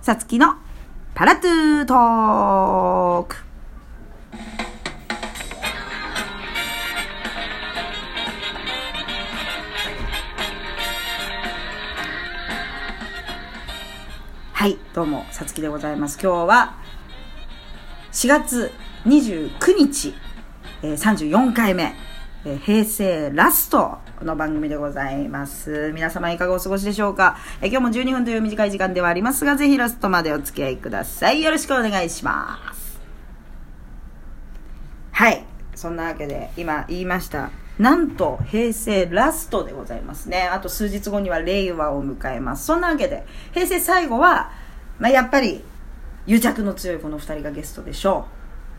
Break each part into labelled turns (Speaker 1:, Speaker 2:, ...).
Speaker 1: さつきのパラトゥートーク。はい、どうも、さつきでございます。今日は4月29日、えー34回目、えー平成ラストの番組でございます。皆様いかがお過ごしでしょうか、えー今日も12分という短い時間ではありますが、ぜひラストまでお付き合いください。よろしくお願いします。はい、そんなわけで今言いました。なんと平成ラストでございますね。あと数日後には令和を迎えます。そんなわけで、平成最後は、まあ、やっぱり癒着の強いこの2人がゲストでしょう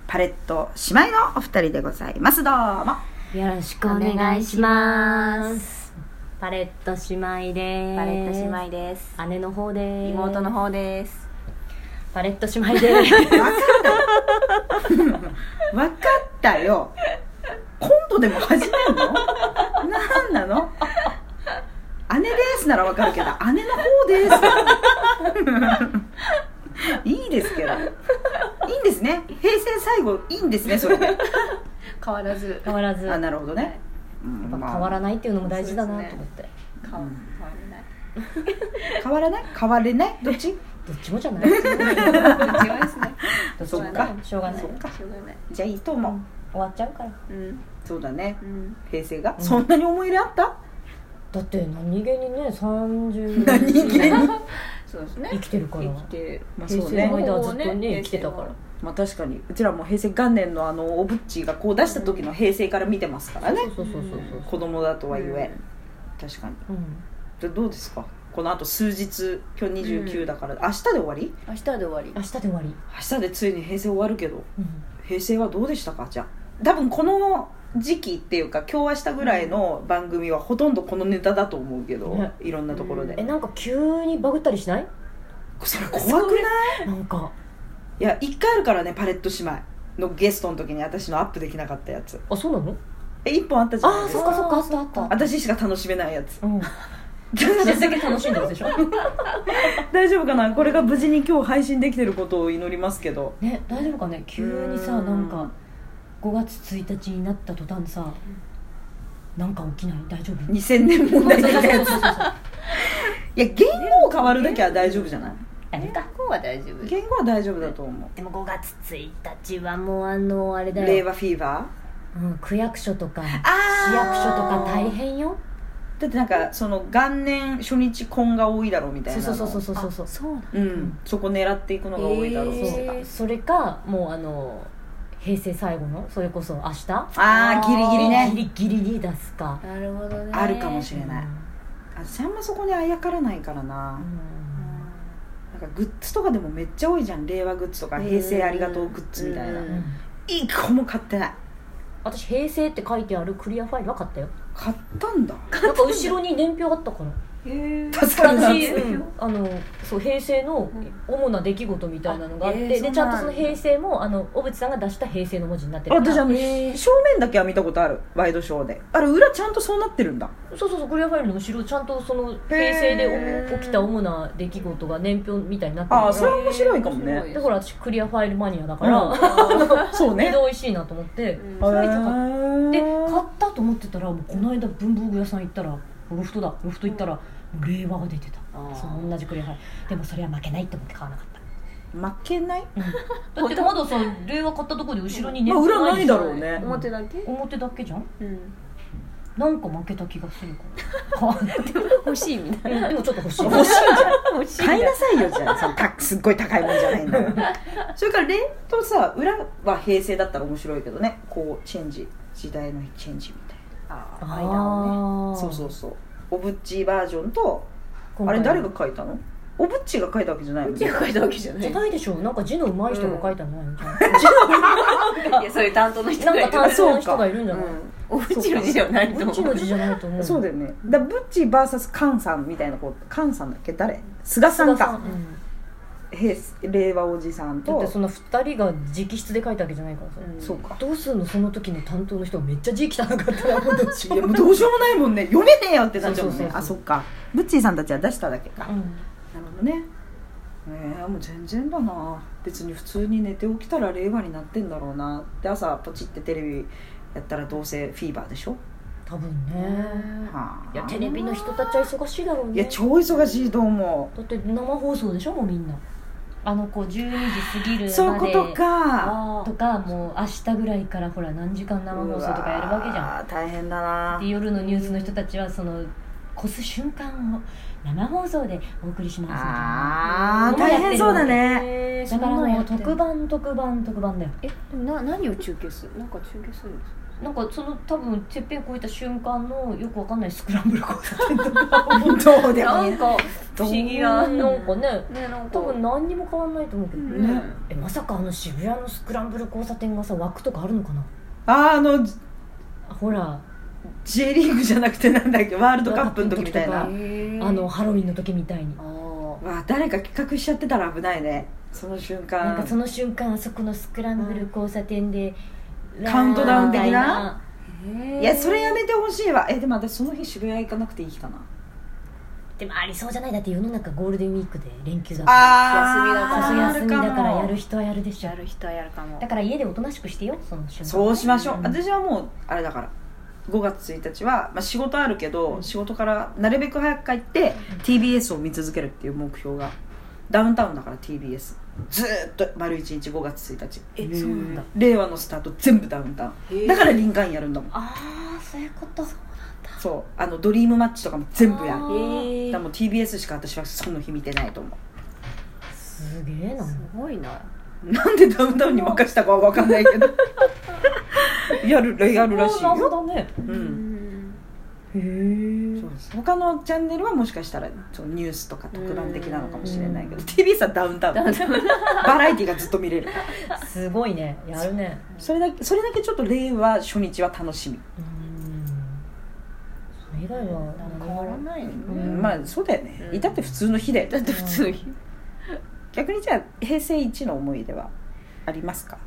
Speaker 1: パレット姉妹のお二人でございますどうも
Speaker 2: よろしくお願いします。パレット姉妹です。
Speaker 3: バレット姉妹です。
Speaker 2: 姉の方です。
Speaker 3: 妹の。方です。
Speaker 2: パレット姉妹です。
Speaker 1: 分かった分かったよ今度でも始めるのなんなの姉ですなら分かるけど姉の方ですいいですけどいいんですね平成最後いいんですねそれで
Speaker 3: 変わらず。
Speaker 2: 変わらず。や
Speaker 1: あ
Speaker 2: っ
Speaker 1: なるほどね、うん
Speaker 2: ぱ変
Speaker 1: まあ
Speaker 2: わらないっていうのも大事だなと思って。
Speaker 3: 変わ変わらない。
Speaker 1: 変わらない変われないどっち
Speaker 2: どっちもじゃない。
Speaker 3: 違いますね。
Speaker 2: どっち
Speaker 1: そ
Speaker 2: も
Speaker 1: っか
Speaker 2: しょうがない。
Speaker 1: そっ
Speaker 2: 終
Speaker 1: か
Speaker 3: しょうがない。
Speaker 1: じゃあいいと思う、
Speaker 2: わっちゃうから。
Speaker 3: うん。
Speaker 1: そうだね
Speaker 3: うん。
Speaker 1: 平成が、
Speaker 2: うん
Speaker 1: そんなに思い入れあった
Speaker 2: だって何気にね、三十
Speaker 1: 何気に
Speaker 3: そうですね
Speaker 2: 生。きてるから。
Speaker 3: 生きて。
Speaker 1: まあそ
Speaker 2: 平
Speaker 1: う
Speaker 2: 成の
Speaker 1: ね
Speaker 2: 間はずっとね生きてたか
Speaker 3: ほ
Speaker 2: ら。
Speaker 1: まあ確かにうちらも平成元年のあのおぶっちがこう出した時の平成から見てますからね
Speaker 2: そうそうそうそう
Speaker 1: 子供だとはいえ、確かに
Speaker 2: そう。うん。
Speaker 1: じゃあどうですかこのあと数日今日29だから、明日で終わり
Speaker 3: 明日で終わり
Speaker 2: 明。日で終わり。
Speaker 1: 明日でついに平成終わるけど
Speaker 2: うん。
Speaker 1: 平成はどうでしたかじゃあ多分この時期っていうか今日明日ぐらいの番組はほとんどこのネタだと思うけど、
Speaker 2: ね
Speaker 1: いろんなところで、
Speaker 2: え、なんか急にバグったりしない？
Speaker 1: それ怖くない
Speaker 2: なんか。
Speaker 1: いや一回あるからねパレット姉妹のゲストの時に私のアップできなかったやつ
Speaker 2: あ、そうなの？
Speaker 1: え一本あったじゃない
Speaker 2: あ
Speaker 1: で
Speaker 2: ー、
Speaker 1: す
Speaker 2: そ
Speaker 1: か
Speaker 2: っかそっかあったあった。
Speaker 1: 私しか楽しめない やつ
Speaker 2: うん、私だけ楽しんでるでしょ
Speaker 1: 大丈夫かなこれが無事に今日配信できてることを祈りますけど
Speaker 2: ね大丈夫かね急に
Speaker 1: う
Speaker 2: さ
Speaker 1: ん
Speaker 2: なんか5月1日になった途端さなんか起きない大丈 夫
Speaker 1: 2000年問題み たいなやついや言語を変わるだけは大丈夫じゃない
Speaker 2: あれか
Speaker 3: 学校は大丈夫。
Speaker 1: 言語は大丈夫だと思う
Speaker 2: でも5月1日はもうあのあれだ
Speaker 1: 令
Speaker 2: よ、
Speaker 1: 和フィーバ
Speaker 2: うん、区役所とか
Speaker 1: ーあ
Speaker 2: 市役所とか大変よ
Speaker 1: だってなんかその元年初日婚が多いだろうみたい
Speaker 2: そう
Speaker 1: な
Speaker 2: そうそうそう
Speaker 1: う
Speaker 2: そうそうそう
Speaker 3: そうなの。
Speaker 1: うんそこ狙っていくのが多いだろう
Speaker 3: えー
Speaker 1: そう
Speaker 2: それかもうあの平成最後のそれこそ明日
Speaker 1: ああギリギリね
Speaker 2: ギリギリに出すか
Speaker 3: なるほどね。
Speaker 1: あるかもしれない私あんまそこにあやからないからな、
Speaker 2: うん
Speaker 1: なんかグッズとかでもめっちゃ多いじゃん令和グッズとか
Speaker 2: うん
Speaker 1: 平成ありがとうグッズみたいな
Speaker 3: う
Speaker 2: うん
Speaker 3: ん
Speaker 1: 一個も買ってない
Speaker 2: 私「平成」って書いてあるクリアファイルは買ったよ
Speaker 1: 買ったんだ
Speaker 2: なんか後ろに年表あったから
Speaker 3: へえ。
Speaker 1: 確かに
Speaker 2: 私、うんあのそう平成の主な出来事みたいなのがあって、
Speaker 3: うんあえー
Speaker 2: でちゃんとその平成もあの小渕さんが出した平成の文字になってるから
Speaker 1: 私あの、
Speaker 3: へー
Speaker 1: 正面だけは見たことあるワイドショーであれ裏ちゃんとそうなってるんだ
Speaker 2: そうそうそうクリアファイルの後ろちゃんとその平成で
Speaker 3: へー
Speaker 2: 起きた主な出来事が年表みたいになってる
Speaker 1: あ
Speaker 2: か
Speaker 1: あそれ
Speaker 2: ら
Speaker 1: は面白いかもね、
Speaker 3: れ
Speaker 2: だから私クリアファイルマニアだから、
Speaker 1: うん
Speaker 2: け
Speaker 1: そうね
Speaker 2: ど美味しいなと思って、
Speaker 3: うん
Speaker 2: それ以上買っで買
Speaker 1: へー
Speaker 2: ったと思ってたらもうこの間文房具屋さん行ったらロフトだロフト行ったらもう令和が出てた
Speaker 3: あー
Speaker 2: その同じクリアファイルでもそれは負けないと思って買わなかった
Speaker 1: 負けない、
Speaker 2: だってまださ令和買ったところで後ろに年
Speaker 1: まあ、
Speaker 2: 表
Speaker 1: 裏
Speaker 2: ない
Speaker 1: ないだろうね、
Speaker 2: ん
Speaker 3: 表だけ。
Speaker 2: 表だけじゃん
Speaker 3: うん。
Speaker 2: なんか負けた気がするから買わない
Speaker 3: 欲しいみたい な。
Speaker 2: でもちょっと欲しい
Speaker 1: 欲しいじゃん
Speaker 3: 欲し
Speaker 1: 買いなさいよじゃあそのたすっごい高いもんじゃ ないんだからそれから冷凍さ裏は平成だったら面白いけどねこうチェンジ時代のチェンジみたいなあー間をねそうそううそうおぶっちバージョンとあれ誰が書いたのおぶっちが書いたわけじゃないの
Speaker 3: 手が書いたわけじゃな
Speaker 2: じゃ
Speaker 3: い。
Speaker 2: ないでしょなんか字の上手い人が書いたんじゃないの、
Speaker 3: いやそういう担当の人
Speaker 2: なん
Speaker 3: がい
Speaker 2: か
Speaker 3: る。
Speaker 2: 担当の人がいるんじ
Speaker 3: う
Speaker 2: ゃない
Speaker 3: ん。おうちの字じゃないと
Speaker 2: う
Speaker 3: 思
Speaker 2: ち
Speaker 3: う
Speaker 2: の。字じゃないと思う
Speaker 1: そうだよねだぶっち VS 菅さんみたいなこう菅さんだっけ誰菅さん
Speaker 2: 菅
Speaker 1: か
Speaker 2: さんうん
Speaker 1: 平令和おじさん
Speaker 2: だって
Speaker 1: と
Speaker 2: その2人が直筆で書いたわけじゃないからさ、
Speaker 3: うん
Speaker 1: そうか
Speaker 2: どうすんのその時の担当の人がめっちゃ字汚かったら
Speaker 1: いやもうどうしようもないもんね読めねえよってなっちゃうもん
Speaker 2: そう
Speaker 1: ね
Speaker 2: そうそうそう
Speaker 1: あそっかぶっちーさんたちは出しただけか、
Speaker 2: うん
Speaker 1: なるほどねえーもう全然だな別に普通に寝て起きたら令和になってんだろうなで朝ポチってテレビやったらどうせフィーバーでしょ、
Speaker 2: 多分ね
Speaker 1: はあ
Speaker 2: いやテレビの人たちは忙しいだろうね
Speaker 1: いや超忙しいと思
Speaker 2: だって生放送でしょもうみんなあの子12時過ぎるま
Speaker 1: う
Speaker 2: で
Speaker 1: そういうことか
Speaker 3: あ
Speaker 2: とかもう明日ぐらいからほら何時間生放送とかやるわけじゃん
Speaker 1: ん大変だな
Speaker 2: で夜のニュースの人たちはその越す瞬間を生放送でお送りしますみたいな
Speaker 1: あー大変そうだね
Speaker 3: ね
Speaker 2: だからもう特番特番特番だよ
Speaker 3: えでもな何を中継するなんか中継するんですか
Speaker 2: なんかその多分てっぺん越えた瞬間のよくわかんないスクランブル交差点とか
Speaker 1: どうでも
Speaker 2: ないん
Speaker 1: い
Speaker 2: か
Speaker 1: ど
Speaker 2: 不
Speaker 1: う
Speaker 2: 思議ななんかね
Speaker 3: ねなん
Speaker 2: 多分何にも変わんないと思うけど、
Speaker 1: んね
Speaker 2: えまさかあの渋谷のスクランブル交差点がさ枠とかあるのかな
Speaker 1: あーあの
Speaker 2: あほら
Speaker 1: J リーグじゃなくてなんだっけワールドカップの時みたい
Speaker 2: ワ
Speaker 1: な
Speaker 2: ール
Speaker 3: え
Speaker 2: あのハロウィンの時みたいに
Speaker 3: あ
Speaker 1: わあ誰か企画しちゃってたら危ないねその瞬
Speaker 2: なん
Speaker 1: 間
Speaker 2: かその瞬間あそこのスクランブル交差点で、
Speaker 1: カウントダウン的な
Speaker 2: みたいない
Speaker 1: やそれやめてほしいわえでも私その日渋谷行かなくていい日かな
Speaker 2: でもありそうじゃないだって世の中ゴールデンウィークで連休だから
Speaker 1: あ
Speaker 2: そう
Speaker 1: ー
Speaker 2: 休みだからや
Speaker 1: あ
Speaker 2: る人はやるでしょ
Speaker 3: やる人はやるかも
Speaker 2: だから家でおとなしくしてよその瞬間
Speaker 1: そうしましょう、
Speaker 2: ん
Speaker 1: 私はもうあれだから5月1日は、まあ、仕事あるけど、
Speaker 2: うん
Speaker 1: 仕事からなるべく早く帰って TBS を見続けるっていう目標がダウンタウンだから TBS ずーっと丸1日5月1日
Speaker 3: えそうなんだ
Speaker 1: 令和のスタート全部ダウンタウンだからリンカーンやるんだもん
Speaker 2: ああそういうこと
Speaker 1: そうあのドリームマッチとかも全部やる
Speaker 2: あ
Speaker 1: だ
Speaker 2: ー
Speaker 1: か
Speaker 3: え
Speaker 1: らもう TBS しか私はその日見てないと思
Speaker 2: すげえな
Speaker 3: すごいな
Speaker 1: う なんでダウンタウンに任したかは分かんない けどやるやるらしいよ、
Speaker 2: そうだね
Speaker 1: う、
Speaker 3: うんん
Speaker 2: へえ
Speaker 1: そうです他のチャンネルはもしかしたらそうニュースとか特番的なのかもしれないけど TBS はダウンタウン
Speaker 3: ダウンタウン
Speaker 1: バラエティがずっと見れる
Speaker 2: すごいねやるね
Speaker 1: それだけそれだけちょっと令和初日は楽しみ、
Speaker 2: うんそれ以外は
Speaker 3: 変わらないよ
Speaker 1: う
Speaker 3: ね
Speaker 1: ん、まあそうだよね、
Speaker 3: うん
Speaker 1: いたって普通の日で
Speaker 3: だって普通に
Speaker 1: 逆にじゃあ平成一の思い出はありますか、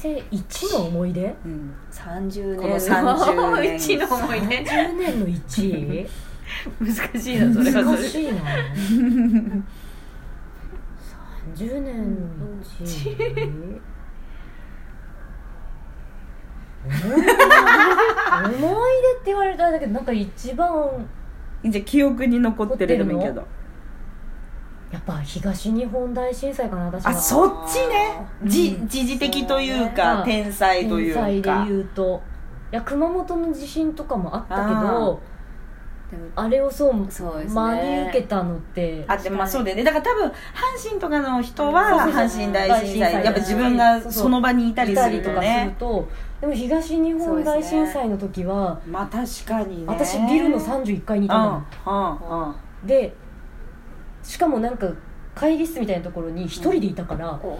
Speaker 2: 平成一の思い出
Speaker 1: うん、
Speaker 3: 30
Speaker 1: この
Speaker 3: 年
Speaker 1: 30年
Speaker 3: うちの思い出
Speaker 2: 10年の1
Speaker 3: 難しいなそれはそ
Speaker 2: 難
Speaker 3: れ
Speaker 2: しいな30年の1思い出って言われたらだけどなんか一番
Speaker 1: じゃあ記憶に残ってるでもいいけど
Speaker 2: やっぱ東日本大震災かな私は
Speaker 1: あそっちね
Speaker 2: うん
Speaker 1: じ時事的というか
Speaker 2: そうね
Speaker 1: 天才とい
Speaker 2: 震
Speaker 1: う
Speaker 2: 災で
Speaker 1: か
Speaker 2: 言うといや熊本の地震とかもあったけ
Speaker 1: あ
Speaker 2: どあれをそう
Speaker 3: そうですね
Speaker 2: 真に受けたのって
Speaker 1: あでもまあそうだよねだから多分阪神とかの人は
Speaker 2: そうそうそう
Speaker 1: 阪神大震災
Speaker 2: 大震災
Speaker 1: やっぱ自分が
Speaker 2: そうそう
Speaker 1: その場にいたり
Speaker 2: い
Speaker 1: す
Speaker 2: たり
Speaker 1: ると
Speaker 2: とかする
Speaker 1: ね
Speaker 2: とでも東日本大震災の時は、
Speaker 1: まあ確かにね
Speaker 2: 私ビルの31階にいたの、
Speaker 1: うんうんうん
Speaker 2: でしかもなんか会議室みたいなところに一人でいたから、
Speaker 3: お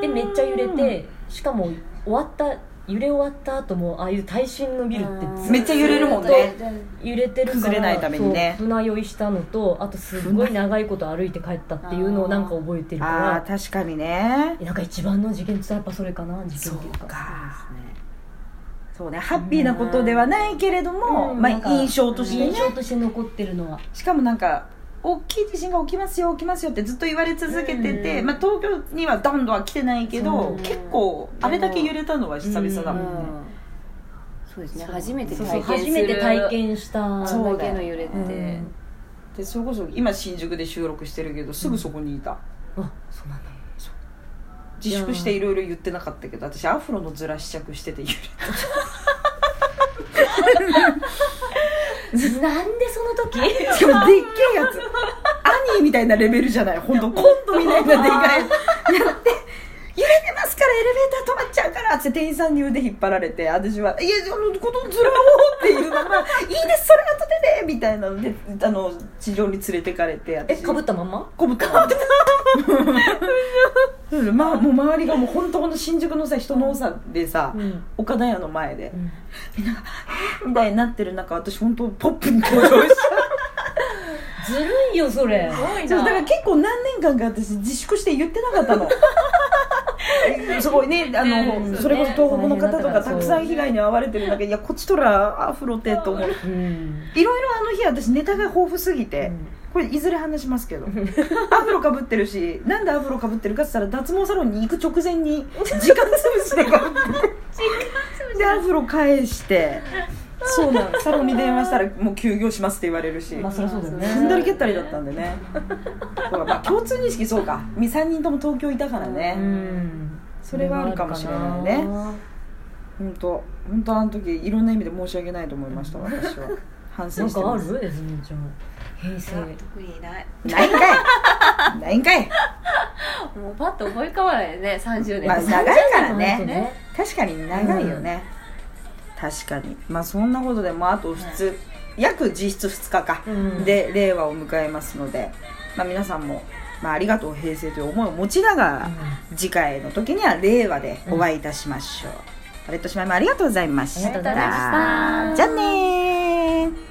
Speaker 2: でめっちゃ揺れてしかも終わった揺れ終わった後もああいう耐震のビルってずっと
Speaker 1: めっちゃ揺れるもんね
Speaker 2: 揺れてるから
Speaker 1: 崩れないためにね
Speaker 2: そう船酔いしたのとあとすっごい長いこと歩いて帰ったっていうのをなんか覚えてるか
Speaker 1: ああ
Speaker 2: ら
Speaker 1: 確かにね
Speaker 2: なんか一番の事件ってやっぱそれかな事件っていうか
Speaker 1: かそうねハッピーなことではないけれども、
Speaker 2: うん
Speaker 1: まあ
Speaker 2: なんか
Speaker 1: 印象としてね、
Speaker 2: 印象として残ってるのは
Speaker 1: しかもなんか大きい地震が起きますよ起きますよってずっと言われ続けてて、
Speaker 3: うん
Speaker 1: まあ、東京にはダンドは来てないけど
Speaker 2: そう
Speaker 1: 結構あれだけ揺れたのは久々だ
Speaker 3: う
Speaker 1: もんね、
Speaker 3: んそうですね初めて
Speaker 2: そうそう
Speaker 3: 体験す
Speaker 2: 初
Speaker 3: る
Speaker 2: めて体験した
Speaker 3: あん
Speaker 1: そう
Speaker 3: だけの揺れっ
Speaker 2: うん
Speaker 3: て
Speaker 1: でそれこそ今新宿で収録してるけどすぐそこにいた、
Speaker 2: あそうなんだ
Speaker 1: 自粛していろいろ言ってなかったけど私アフロのずら試着してて揺れた
Speaker 2: なんでその時
Speaker 1: しかもでっけえやつアニーみたいなレベルじゃない本当今度みたいなでかいやって揺れてますからエレベーター止まっちゃうからって店員さんに腕引っ張られて私は「いやあのこのずらを」っていうまま「いいですそれ後でね」みたいなのであの地上に連れてかれて
Speaker 2: え
Speaker 1: 私
Speaker 2: かぶったまんま
Speaker 1: こぶったかぶったま あもう周りがもう本当この新宿のさ人の多さでさ、
Speaker 2: うん
Speaker 1: 岡田屋の前で
Speaker 2: う、ん
Speaker 1: みたいになってる中私本当ポップに登場した
Speaker 2: ずるいよそれ
Speaker 3: すごい
Speaker 1: そうだから
Speaker 3: な
Speaker 1: 結構何年間か私自粛して言ってなかったのえ すごいねあの、
Speaker 3: ね
Speaker 1: それこそ東北の方とかた
Speaker 2: そうね
Speaker 1: くさん被害に遭われてる中いやこっちとらアフロテと思う
Speaker 2: うん
Speaker 1: いろいろあの日私ネタが豊富すぎて、これいずれ話しますけどアフロかぶってるしなんでアフロかぶってるかって言ったら脱毛サロンに行く直前に時間潰してかぶってでアフロ返してそうなのサロンに電話したらもう休業しますって言われるし
Speaker 2: まあそりゃそうだよね
Speaker 1: 踏んだり蹴ったりだったんでねそうかまあ共通認識そうか3人とも東京いたからね、
Speaker 2: うん
Speaker 1: それはあるかもしれないね本当本当あの時いろんな意味で申し訳ないと思いました私は反
Speaker 2: な
Speaker 1: 省
Speaker 2: ん
Speaker 1: して
Speaker 2: かあ
Speaker 1: ます
Speaker 2: るエズミンちゃん平成
Speaker 3: 特にない
Speaker 1: ないんかいないんかい
Speaker 3: もうパッと思い浮かばないね30年
Speaker 1: まあ長いからね
Speaker 2: ね
Speaker 1: 確かに長いよね、確かにまあそんなことでもうあと2日、約実質2日か、
Speaker 2: うん
Speaker 1: で令和を迎えますので、まあ、皆さんも、まあ、ありがとう平成という思いを持ちながら、次回の時には令和でお会いいたしましょう、パレット姉妹もありがとうございました
Speaker 2: ありがとうござい
Speaker 3: ました
Speaker 1: じゃあねー